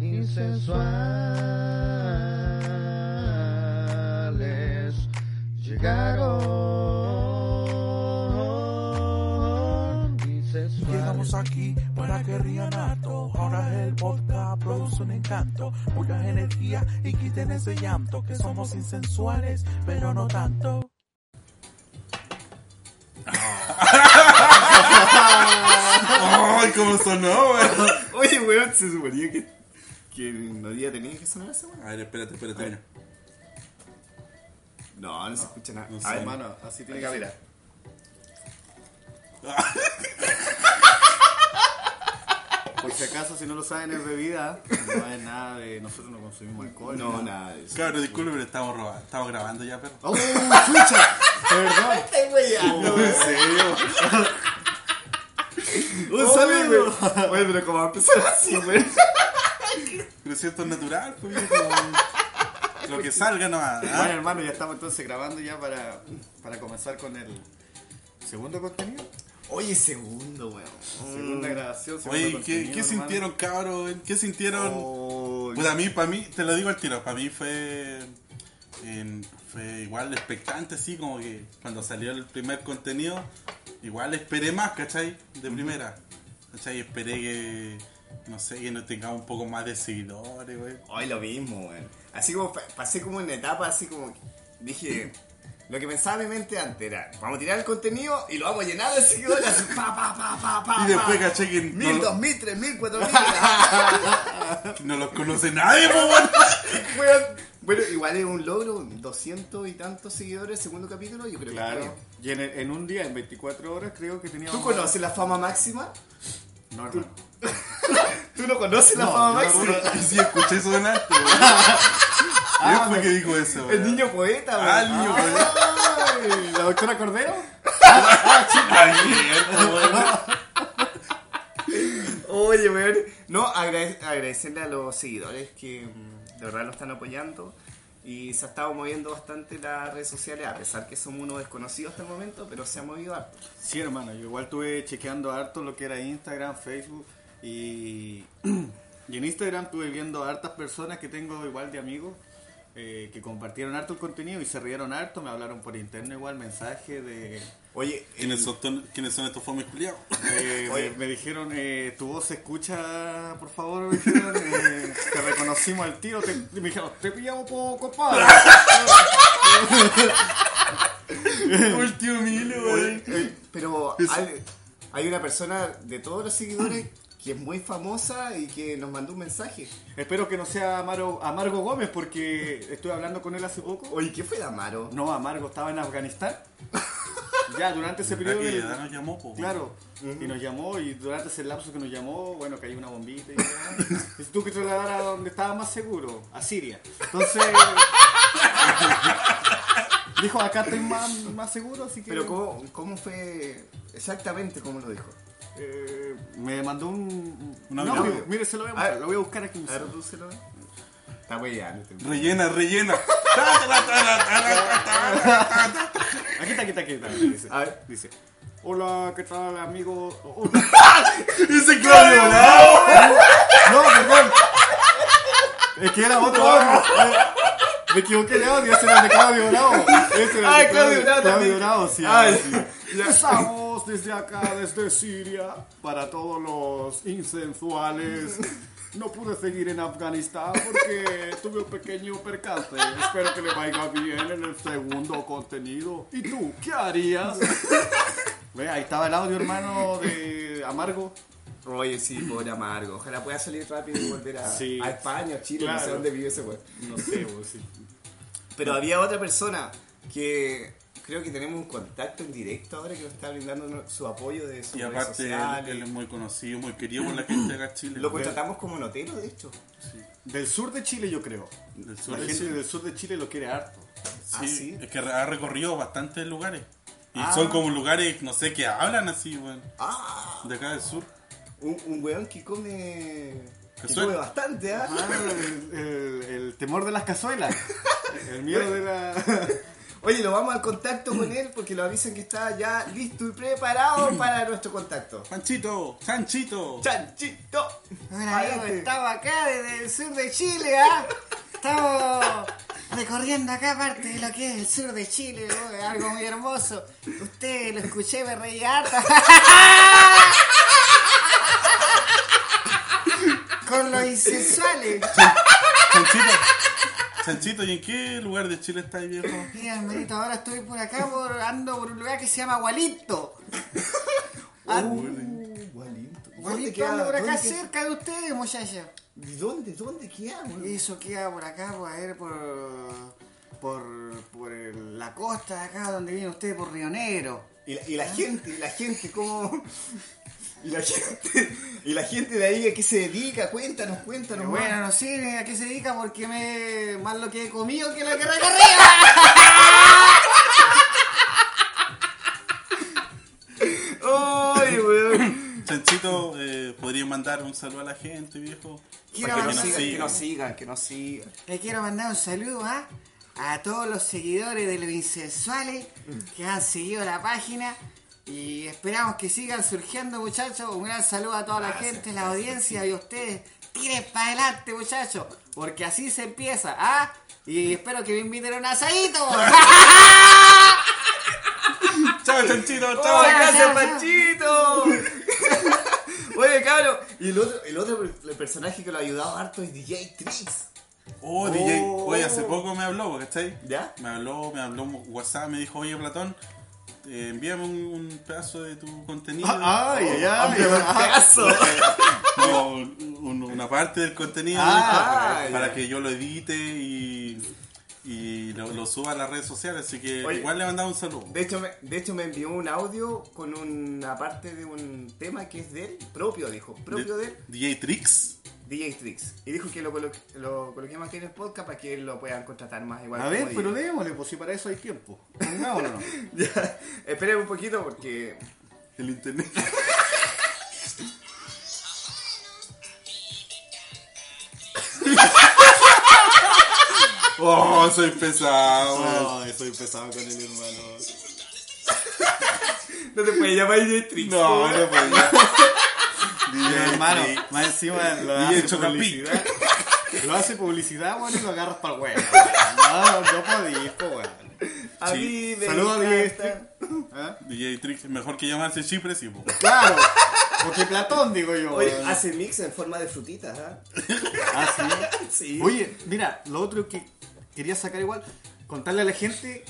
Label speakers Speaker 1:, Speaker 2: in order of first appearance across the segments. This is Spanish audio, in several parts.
Speaker 1: Insensuales, insensuales, llegaron.
Speaker 2: Llegamos aquí para que rían harto. Ahora el vodka produce un encanto. Muchas energías y quiten ese llanto. Que somos insensuales, pero no tanto.
Speaker 3: ¡Ay, cómo sonó, weón!
Speaker 4: Oye, weón, se suponía que, que no día tenía que sonar esa weón.
Speaker 3: A ver, espérate, espérate, mira.
Speaker 4: No, no se escucha nada.
Speaker 3: no
Speaker 4: A ver,
Speaker 3: suena.
Speaker 4: hermano, así tiene que mirar.
Speaker 1: Por si acaso, si no lo saben, es bebida. No es nada de. Nosotros no consumimos alcohol.
Speaker 4: No, nada de eso.
Speaker 3: Claro, disculpe, pero estamos, roba- estamos grabando ya, perro.
Speaker 1: ¡Oh, chucha! Perdón.
Speaker 4: ¿En serio? Un saludo. Oye, pero como va a empezar así, weón.
Speaker 3: Pero si esto es natural, pues viejo. Lo que salga nomás. ¿ah?
Speaker 1: Bueno, hermano, ya estamos entonces grabando ya para, para comenzar con el segundo contenido.
Speaker 4: Oye, segundo, weón.
Speaker 1: Segunda grabación. segundo
Speaker 3: Oye, ¿qué,
Speaker 1: contenido,
Speaker 3: qué
Speaker 1: hermano.
Speaker 3: sintieron, cabrón? ¿Qué sintieron?
Speaker 1: Oh,
Speaker 3: Pues a mí, para mí, te lo digo al tiro, para mí fue, em, fue igual expectante, así como que cuando salió el primer contenido, igual esperé más, ¿cachai? De primera. ¿Cachai? Esperé que, no sé, que no tengamos un poco más de seguidores, güey.
Speaker 4: Hoy lo mismo, weón. Así como pa- pasé como una etapa, así como que dije. Lo que pensaba mi mente antes era, vamos a tirar el contenido y lo vamos a llenar de seguidores. así, Pa, pa, pa, pa, pa.
Speaker 3: Y después,
Speaker 4: pa.
Speaker 3: ¿cachai? Que no,
Speaker 1: Mil, dos
Speaker 3: lo-
Speaker 1: mil, tres mil, cuatro mil.
Speaker 3: no los conoce nadie, po, weón.
Speaker 4: Weón. Bueno, igual es un logro, 200 y tantos seguidores, segundo capítulo, yo creo que
Speaker 1: Claro.
Speaker 4: está bien.
Speaker 1: Y en, en un día, en 24 horas, creo que teníamos.
Speaker 4: ¿Tú conoces la fama máxima?
Speaker 1: No, hermano.
Speaker 4: ¿Tú no conoces la
Speaker 1: No,
Speaker 4: fama
Speaker 1: yo no
Speaker 4: máxima?
Speaker 3: Y sí, escuché eso delante, weón. ¿Y después que dijo eso,
Speaker 4: El
Speaker 3: weón?
Speaker 4: niño poeta, weón.
Speaker 3: Ah, el niño, weón.
Speaker 1: Ay, ¿La doctora Cordero?
Speaker 3: Ay, mierda, weón.
Speaker 4: Oye, weón. No, agrade- agradecerle a los seguidores que mm, de verdad lo están apoyando. Y se ha estado moviendo bastante las redes sociales, a pesar que somos unos desconocidos hasta el momento, pero se ha movido harto.
Speaker 1: Sí, hermano. Yo igual estuve chequeando harto lo que era Instagram, Facebook y. Y en Instagram estuve viendo hartas personas que tengo igual de amigos eh, que compartieron harto el contenido y se rieron harto, me hablaron por interno igual, mensaje de,
Speaker 4: Oye,
Speaker 3: ¿Quiénes son, ¿Quiénes son estos fomes culiados?
Speaker 1: Eh,
Speaker 4: Oye.
Speaker 1: me, me dijeron, eh, tu voz se escucha, por favor, me dijeron, eh, te reconocimos al tiro, te, y me dijeron, te pillamos poco, compadre.
Speaker 3: el tío Milo, weón.
Speaker 4: Eh, Pero
Speaker 3: Eso.
Speaker 4: hay, hay una persona de todos los seguidores que es muy famosa y que nos mandó un mensaje.
Speaker 1: Espero que no sea Amaro, Amargo Gómez, porque estuve hablando con él hace poco.
Speaker 4: Oye, ¿qué fue de Amaro?
Speaker 1: No, Amargo estaba en Afganistán. Ya, durante ese periodo...
Speaker 3: Y
Speaker 1: del-
Speaker 3: ya nos llamó, po, weón.
Speaker 1: Claro, y nos llamó y durante ese lapso que nos llamó, bueno, cayó una bombita y ya. Y se tuvo que trasladar a donde estaba más seguro, a Siria. Entonces, dijo, acá estoy más, más seguro, así que...
Speaker 4: Pero ¿cómo, cómo fue exactamente cómo lo dijo?
Speaker 1: eh, me mandó un...
Speaker 3: Un
Speaker 1: no,
Speaker 3: audio.
Speaker 1: mire, mire, se lo voy a mostrar,
Speaker 4: ver.
Speaker 1: lo voy a buscar aquí.
Speaker 4: A ver, dúcelo. Está weyando. este.
Speaker 3: Rellena, rellena. Ta, ta, ta, ta, ta, ta, ta.
Speaker 1: Aquí está, aquí está, aquí está. Dice,
Speaker 4: A ver.
Speaker 1: dice, hola, ¿qué tal, amigo? Oh,
Speaker 3: Ese Claudio Bravo.
Speaker 1: No, perdón. Es que era otro audio. Me equivoqué de audio, ese era el de Claudio Bravo. Ese era el de
Speaker 4: Ah, Claudio Bravo
Speaker 1: Claudio
Speaker 4: también.
Speaker 1: Bravo, sí.
Speaker 4: Ah,
Speaker 1: ahora sí. Estamos desde acá, desde Siria, para todos los insensuales. No pude seguir en Afganistán porque tuve un pequeño percance. Espero que le vaya bien en el segundo contenido. ¿Y tú, qué harías? Ve, ahí estaba el audio, hermano, de Amargo.
Speaker 4: Oye, sí, pobre amargo. Ojalá pueda salir rápido y volver a,
Speaker 1: Sí.
Speaker 4: a España, Chile, no sé
Speaker 1: Claro.
Speaker 4: dónde vive ese weón.
Speaker 1: No sé, vos, sí.
Speaker 4: Pero había otra persona, que creo que tenemos un contacto en directo ahora que nos está brindando no- su apoyo de sus
Speaker 3: Y
Speaker 4: redes
Speaker 3: aparte, él,
Speaker 4: sociales.
Speaker 3: él es muy conocido, muy querido por la gente de acá en Chile.
Speaker 4: Lo contratamos como notero, de hecho.
Speaker 1: Del sur de Chile, yo creo.
Speaker 3: Del sur
Speaker 1: La
Speaker 3: de
Speaker 1: gente
Speaker 3: Chile.
Speaker 1: del sur de Chile lo quiere harto.
Speaker 3: Sí,
Speaker 4: Ah, sí.
Speaker 3: Es que ha recorrido bastantes lugares. Y
Speaker 4: Ah.
Speaker 3: son como lugares, no sé, que hablan así, weón.
Speaker 4: ¡Ah!
Speaker 3: De acá del sur.
Speaker 4: Un, un weón que come. Que
Speaker 3: suena.
Speaker 4: come bastante, ¿ah?
Speaker 1: Ah, el, el- el temor de las cazuelas. El miedo de la.
Speaker 4: Oye, lo vamos al contacto con él porque lo avisan que está ya listo y preparado para nuestro contacto.
Speaker 3: Panchito, Sanchito.
Speaker 4: ¡Chanchito!
Speaker 5: Hola,
Speaker 4: Adelante.
Speaker 5: amigo, estamos acá desde el sur de Chile, ¿ah? Estamos recorriendo acá parte de lo que es el sur de Chile, ¿no? Es algo muy hermoso. Usted lo escuché, me reí harta. Con los insensuales.
Speaker 3: Chanchito. Chanchito, ¿y en qué lugar de Chile estás viejo?
Speaker 5: Mira, hermanito, ahora estoy por acá, por, ando por un lugar que se llama Gualito.
Speaker 4: Uh, Gualito. ¿Dónde
Speaker 5: Gualito ando por acá
Speaker 4: ¿Dónde queda?
Speaker 5: cerca de ustedes, muchachos.
Speaker 4: ¿Dónde? ¿Dónde queda, weón?
Speaker 5: Y eso queda por acá, por, a ver, por, por, por el- la costa de acá donde viene usted, por Río Negro.
Speaker 4: Y la, y la gente, y la gente, ¿cómo? Ah. Y la gente, y la gente de ahí, ¿a qué se dedica? Cuéntanos, cuéntanos.
Speaker 5: Pero
Speaker 4: más.
Speaker 5: bueno, no sé a qué se dedica porque me más lo que he comido que lo que recorría.
Speaker 4: ¡Ay, weón!
Speaker 3: Chanchito, eh, podría mandar un saludo a la gente, viejo.
Speaker 5: Quiero
Speaker 3: Para
Speaker 4: que
Speaker 3: que
Speaker 4: nos
Speaker 3: nos
Speaker 5: avanzar,
Speaker 4: sigan, que
Speaker 3: sigan.
Speaker 4: nos sigan, que nos sigan.
Speaker 5: Le quiero mandar un saludo ¿ah? a todos los seguidores de los insensuales que han seguido la página y esperamos que sigan surgiendo muchachos. Un gran saludo a toda la gente, la audiencia y a ustedes. Tiren para adelante muchachos, porque así se empieza. ¿ah? Y espero que me inviten a un asadito.
Speaker 3: Chao, Chanchito, chao.
Speaker 4: ¡Ay,
Speaker 5: Chao,
Speaker 4: gracias,
Speaker 5: chao,
Speaker 4: Panchito! Oye, cabrón, y el otro, el otro per- el personaje que lo ha ayudado harto es DJ Trix.
Speaker 3: Oh, DJ, oye, hace poco me habló, ¿cachai?
Speaker 4: ¿Ya?
Speaker 3: Me habló, me habló un WhatsApp, me dijo, oye, Platón, eh, envíame un, un pedazo de tu contenido.
Speaker 1: Ah,
Speaker 4: Ah,
Speaker 1: Ay, ay, ay.
Speaker 4: ¡Pedazo!
Speaker 3: No, un- un- una parte del contenido
Speaker 4: Ah,
Speaker 3: me dijo, para,
Speaker 4: ya.
Speaker 3: para que yo lo edite y, y lo, lo suba a las redes sociales. Así que
Speaker 4: Oye.
Speaker 3: igual le mandaba un saludo.
Speaker 4: De hecho, me, de hecho, me envió un audio con una parte de un tema que es de él, propio, dijo, propio de él.
Speaker 3: DJ Trix.
Speaker 4: DJ Trix. Y dijo que lo, colo- lo coloquemos aquí en el podcast para que lo puedan contratar más igual.
Speaker 1: A
Speaker 4: como
Speaker 1: ver,
Speaker 4: DJ.
Speaker 1: pero démosle, pues si para eso hay tiempo. Pongámoslo.
Speaker 4: Ya, esperen un poquito porque.
Speaker 3: El internet. oh, soy pesado.
Speaker 1: Ay, soy pesado con el hermano.
Speaker 4: No te puedes llamar DJ Trix.
Speaker 3: No, no podía.
Speaker 1: Mi hermano, más encima lo hace
Speaker 3: Chocapic.
Speaker 1: publicidad. Lo hace publicidad, bueno, y lo agarras para el huevo. No, no podís, po, weón.
Speaker 4: A
Speaker 3: Sí.
Speaker 4: mí me
Speaker 1: Saluda a DJ
Speaker 4: encanta.
Speaker 1: ¿Ah?
Speaker 3: DJ Trix, mejor que llamarse Chipre, sí, po.
Speaker 1: Claro, porque Platón, digo yo.
Speaker 4: Oye,
Speaker 1: weón.
Speaker 4: hace mix en forma de frutitas, ¿ah?
Speaker 1: Ah, sí.
Speaker 4: Sí.
Speaker 1: Oye, mira, lo otro que quería sacar igual, contarle a la gente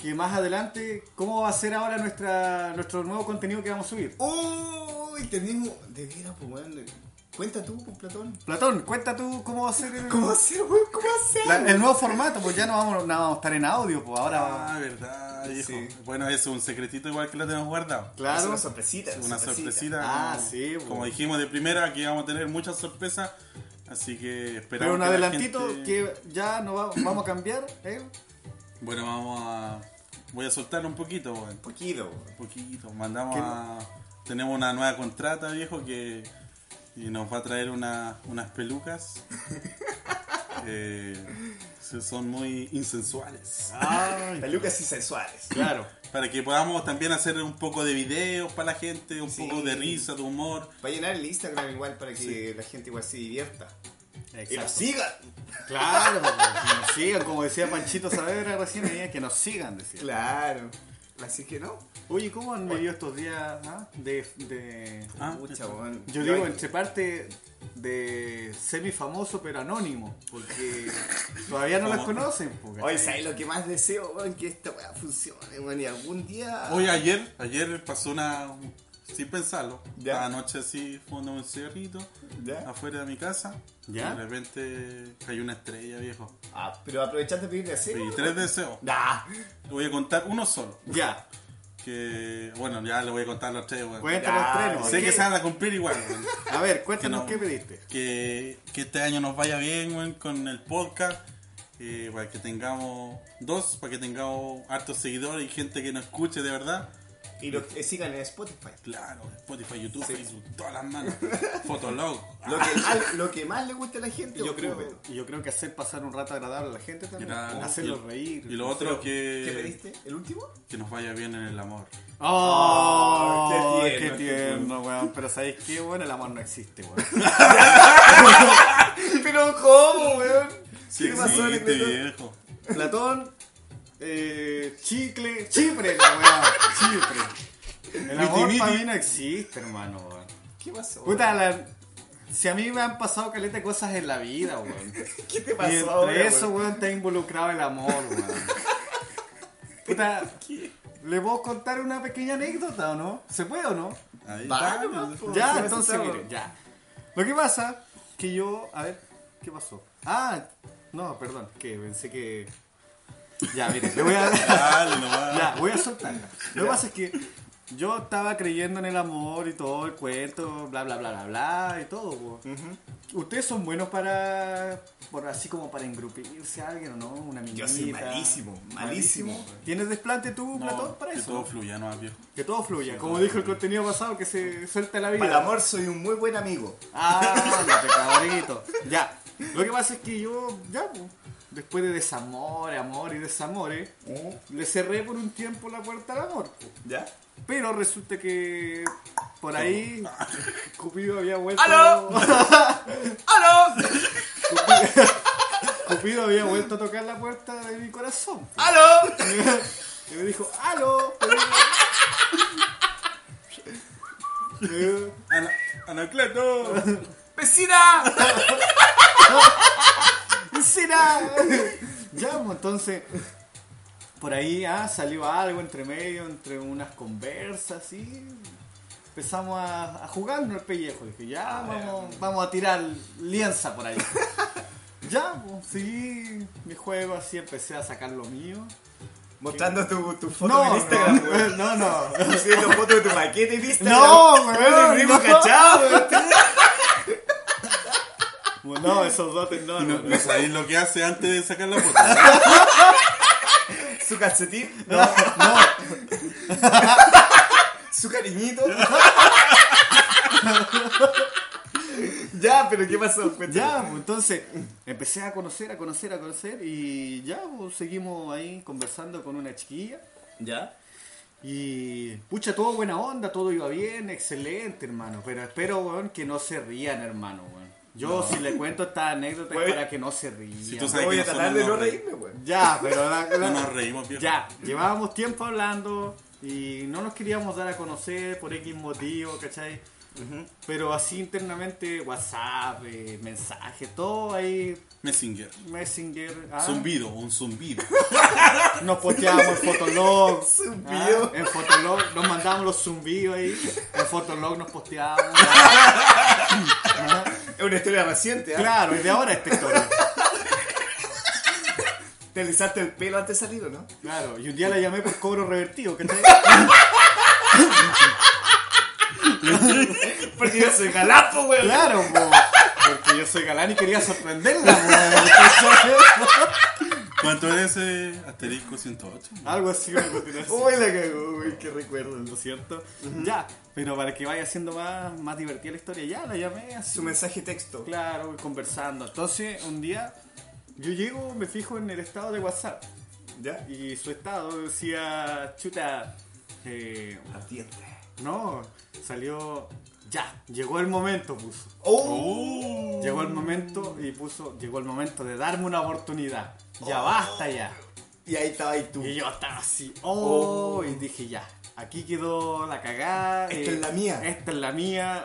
Speaker 1: que más adelante, cómo va a ser ahora nuestra, Ah, nuestro nuevo contenido que vamos a subir.
Speaker 4: Uy, tenemos. De veras, pues, weón. Cuenta tú, pues, Platón.
Speaker 1: Platón, cuenta tú cómo va a ser el,
Speaker 4: ¿Cómo hacer, weón? ¿Cómo hacer?
Speaker 1: la- el nuevo formato, pues ya no vamos, no vamos a estar en audio, pues ahora...
Speaker 3: Ah, verdad, viejo.
Speaker 4: Sí.
Speaker 3: Bueno, eso es un secretito igual que lo tenemos guardado.
Speaker 4: Es
Speaker 1: Claro,
Speaker 4: una sorpresita. pues.
Speaker 3: Una sorpresita.
Speaker 1: Ah,
Speaker 3: como-
Speaker 1: sí, po.
Speaker 3: Como dijimos de primera, que íbamos a tener muchas sorpresas. Así que
Speaker 1: pero
Speaker 3: esperamos.
Speaker 1: un
Speaker 3: que la
Speaker 1: adelantito
Speaker 3: gente-
Speaker 1: que ya no va- vamos a cambiar, ¿eh?
Speaker 3: Bueno, vamos a. Voy a soltar un poquito, weón.
Speaker 4: Un poquito, pues. weón.
Speaker 3: Un poquito. Mandamos
Speaker 1: ¿Qué?
Speaker 3: a. Tenemos una nueva contrata, viejo, que. Y nos va a traer una- unas pelucas. Eh, se- son muy insensuales.
Speaker 1: Ay,
Speaker 4: Las Lucas y sensuales.
Speaker 1: claro.
Speaker 3: Para que podamos también hacer un poco de videos para la gente, un
Speaker 4: Sí.
Speaker 3: poco de risa, de humor.
Speaker 4: Va a llenar el Instagram igual para que la gente igual se divierta. Y nos
Speaker 1: Exacto.
Speaker 4: siga.
Speaker 1: Claro, pues, que nos sigan, como decía Panchito Saavedra recién, ahí, que nos sigan, decía.
Speaker 4: Claro. Así que no.
Speaker 1: Oye, ¿cómo han vivido estos días ah, de- de,
Speaker 3: Ah,
Speaker 4: Pucha, weón.
Speaker 1: Yo digo entre parte de semi famoso pero anónimo, porque todavía no las conocen. po, Pues, ¿cachai?
Speaker 4: Oye, ¿sabes lo que más deseo, weón? Que esta weá funcione, weón. Y algún día.
Speaker 3: Hoy ayer, ayer pasó una sin pensarlo.
Speaker 4: Ya.
Speaker 3: La noche así fumando un cigarrito
Speaker 4: Ya.
Speaker 3: afuera de mi casa.
Speaker 4: Ya.
Speaker 3: Y de repente cayó una estrella, viejo.
Speaker 4: Ah, pero aprovechaste de pedir así.
Speaker 3: Y tres deseos.
Speaker 4: Nah,
Speaker 3: Te voy a contar uno solo.
Speaker 4: ya.
Speaker 3: Que bueno, ya le voy a contar los tres, weón.
Speaker 1: Cuenta
Speaker 4: Ya,
Speaker 1: los tres, ¿no?
Speaker 3: Sé
Speaker 1: ¿Qué?
Speaker 3: que se van a cumplir igual, weón.
Speaker 1: A ver, cuéntanos
Speaker 3: Que
Speaker 1: qué
Speaker 3: no.
Speaker 1: pediste.
Speaker 3: que, que este año nos vaya bien, weón, con el podcast. eh, para que tengamos dos, para que tengamos hartos seguidores y gente que nos escuche de verdad.
Speaker 4: Y los que sigan en Spotify.
Speaker 3: Claro, Spotify, YouTube, Facebook, todas las manos. Fotolog.
Speaker 4: Lo que, más, lo que más le gusta a la gente.
Speaker 1: Y Ah. yo,
Speaker 4: ocúpelo.
Speaker 1: creo, y yo creo que hacer pasar un rato agradable a la gente también.
Speaker 3: Claro.
Speaker 1: Hacerlos
Speaker 3: Y-
Speaker 1: reír.
Speaker 3: Y lo otro que,
Speaker 1: Eh,
Speaker 4: ¿Qué pediste? ¿El último?
Speaker 3: que nos vaya bien en el amor.
Speaker 1: ¡Oh!
Speaker 4: Oh, qué
Speaker 1: ¡Qué tierno!
Speaker 4: tierno, qué
Speaker 1: weón. Pero ¿sabéis qué, weón? El amor no existe, weón.
Speaker 4: Pero ¿cómo, weón?
Speaker 3: Sí,
Speaker 4: ¿Qué pasó, este
Speaker 3: sí,
Speaker 4: Nicolás?
Speaker 3: viejo.
Speaker 1: Platón, eh, Chicle, Chipre, la weá, Chipre. El amor
Speaker 3: Miti,
Speaker 1: para
Speaker 3: miti.
Speaker 1: mí no existe, hermano, weón.
Speaker 4: ¿Qué pasó?
Speaker 1: Puta, la- si a mí me han pasado caleta de cosas en la vida, weón.
Speaker 4: ¿Qué te
Speaker 1: Y
Speaker 4: pasó ahora,
Speaker 1: entre eso,
Speaker 4: weón?
Speaker 1: weón, está involucrado el amor, weón. Puta, ¿le puedo contar una pequeña anécdota o no? ¿Se puede o no?
Speaker 3: Ahí
Speaker 4: Va,
Speaker 3: está,
Speaker 4: nomás,
Speaker 3: pues.
Speaker 4: po.
Speaker 1: Ya,
Speaker 4: Sí,
Speaker 1: entonces,
Speaker 4: aceptamos.
Speaker 1: miren, ya. Lo que pasa que yo. A ver, ¿qué pasó? Ah, no, perdón, que pensé que. Ya, miren, le voy a.
Speaker 3: Dale, nomás.
Speaker 1: ya, voy a soltarla. Lo que pasa es que yo estaba creyendo en el amor y todo el cuento, bla, bla, bla, bla, bla, y todo, po. Ustedes son buenos para. Por así como para engrupirse a alguien o no, una amiguita.
Speaker 4: Yo soy malísimo, malísimo.
Speaker 1: ¿Tienes desplante tú, Platón,
Speaker 3: No,
Speaker 1: para
Speaker 3: que
Speaker 1: eso?
Speaker 3: todo fluya, no, viejo.
Speaker 1: Que todo fluya, como dijo el contenido pasado, que se suelta la vida.
Speaker 4: Para el amor soy un muy buen amigo.
Speaker 1: Ah, no te cabrito. Ya. Lo que pasa es que yo, ya, pues, después de desamores, amor y desamores, le cerré por un tiempo la puerta al amor. pues.
Speaker 4: ¿Ya?
Speaker 1: Pero resulta que por ahí Cupido había vuelto.
Speaker 4: ¡Aló! ¡Aló!
Speaker 1: Cupido había vuelto a tocar la puerta de mi corazón. pues.
Speaker 4: ¡Aló!
Speaker 1: Y me dijo, ¡aló! Me dijo,
Speaker 3: Ana- Anacleto.
Speaker 4: ¡Vecina!
Speaker 1: será? ya, pues, entonces, por ahí ah, salió algo entre medio, entre unas conversas, y empezamos a, a jugarnos el pellejo. Dije,
Speaker 4: Ah,
Speaker 1: ya, vamos, vamos a tirar lienza por ahí. ya, pues, seguí mi juego, así empecé a sacar lo mío.
Speaker 4: Mostrando tu, tu foto
Speaker 1: No,
Speaker 4: en Instagram,
Speaker 1: no,
Speaker 4: weón.
Speaker 1: no, no.
Speaker 4: Haciendo foto de tu maqueta en Instagram.
Speaker 1: No, weón,
Speaker 4: el gringo
Speaker 1: no.
Speaker 4: cachado, weón.
Speaker 1: No, esos dotes no, no.
Speaker 3: No,
Speaker 1: no.
Speaker 3: no sabéis lo que hace antes de sacar la foto.
Speaker 4: Su calcetín,
Speaker 1: No, no,
Speaker 4: su cariñito. ya, pero ¿qué pasó? Cuéntame.
Speaker 1: Ya, pues, entonces empecé a conocer, a conocer, a conocer y ya pues, seguimos ahí conversando con una chiquilla
Speaker 4: ¿Ya?
Speaker 1: y pucha, todo buena onda, todo iba bien, excelente hermano, pero espero weón, que no se rían hermano. Weón. Yo si le cuento esta anécdota es
Speaker 4: Weón.
Speaker 1: para que no se rían.
Speaker 3: Si tú
Speaker 4: No
Speaker 3: sabes
Speaker 4: voy
Speaker 3: que
Speaker 4: a
Speaker 3: nosotros
Speaker 4: tratar de no
Speaker 3: nos reí-
Speaker 4: reírme, weón.
Speaker 1: Ya, pero la- la-
Speaker 3: No nos reímos, viejo.
Speaker 1: Ya, llevábamos tiempo hablando y no nos queríamos dar a conocer por X motivo, ¿cachai? Pero así internamente, WhatsApp, eh, mensaje, todo ahí
Speaker 3: Messenger.
Speaker 1: Messenger. ah,
Speaker 3: Zumbido, un zumbido.
Speaker 1: Nos posteábamos en Fotolog.
Speaker 4: Zumbido.
Speaker 1: ah, En Fotolog nos mandábamos los zumbidos ahí. En Fotolog nos posteábamos. Ah,
Speaker 4: Es una historia reciente, ¿ah?
Speaker 1: claro, y de ahora esta historia.
Speaker 4: Te alisaste el pelo antes de salir, ¿o no?
Speaker 1: Claro, y un día la llamé por cobro revertido, ¿cachai?
Speaker 4: Porque yo soy galapo, weón.
Speaker 1: Claro, po, porque yo soy galán y quería sorprenderla, po.
Speaker 3: ¿Cuánto es ese asterisco 108?
Speaker 1: Algo así, una continuación.
Speaker 4: Uy, la cagó, weón. Qué recuerdo.
Speaker 1: ¿No es cierto? Ya, pero para que vaya siendo más, más divertida la historia, ya la llamé así.
Speaker 4: Su mensaje texto.
Speaker 1: Claro, conversando. Entonces, un día yo llego, me fijo en el estado de WhatsApp
Speaker 4: ¿Ya?
Speaker 1: y su estado decía, chuta, eh,
Speaker 4: Ardiente.
Speaker 1: no, salió, ya, llegó el momento, puso.
Speaker 4: ¡Oh!
Speaker 1: Llegó el momento y puso, llegó el momento de darme una oportunidad. Ya basta ya.
Speaker 4: Y ahí estaba ahí tú.
Speaker 1: Y yo estaba así, oh, y dije ya. Aquí quedó la cagada.
Speaker 4: Esta es la mía.
Speaker 1: Esta es la mía.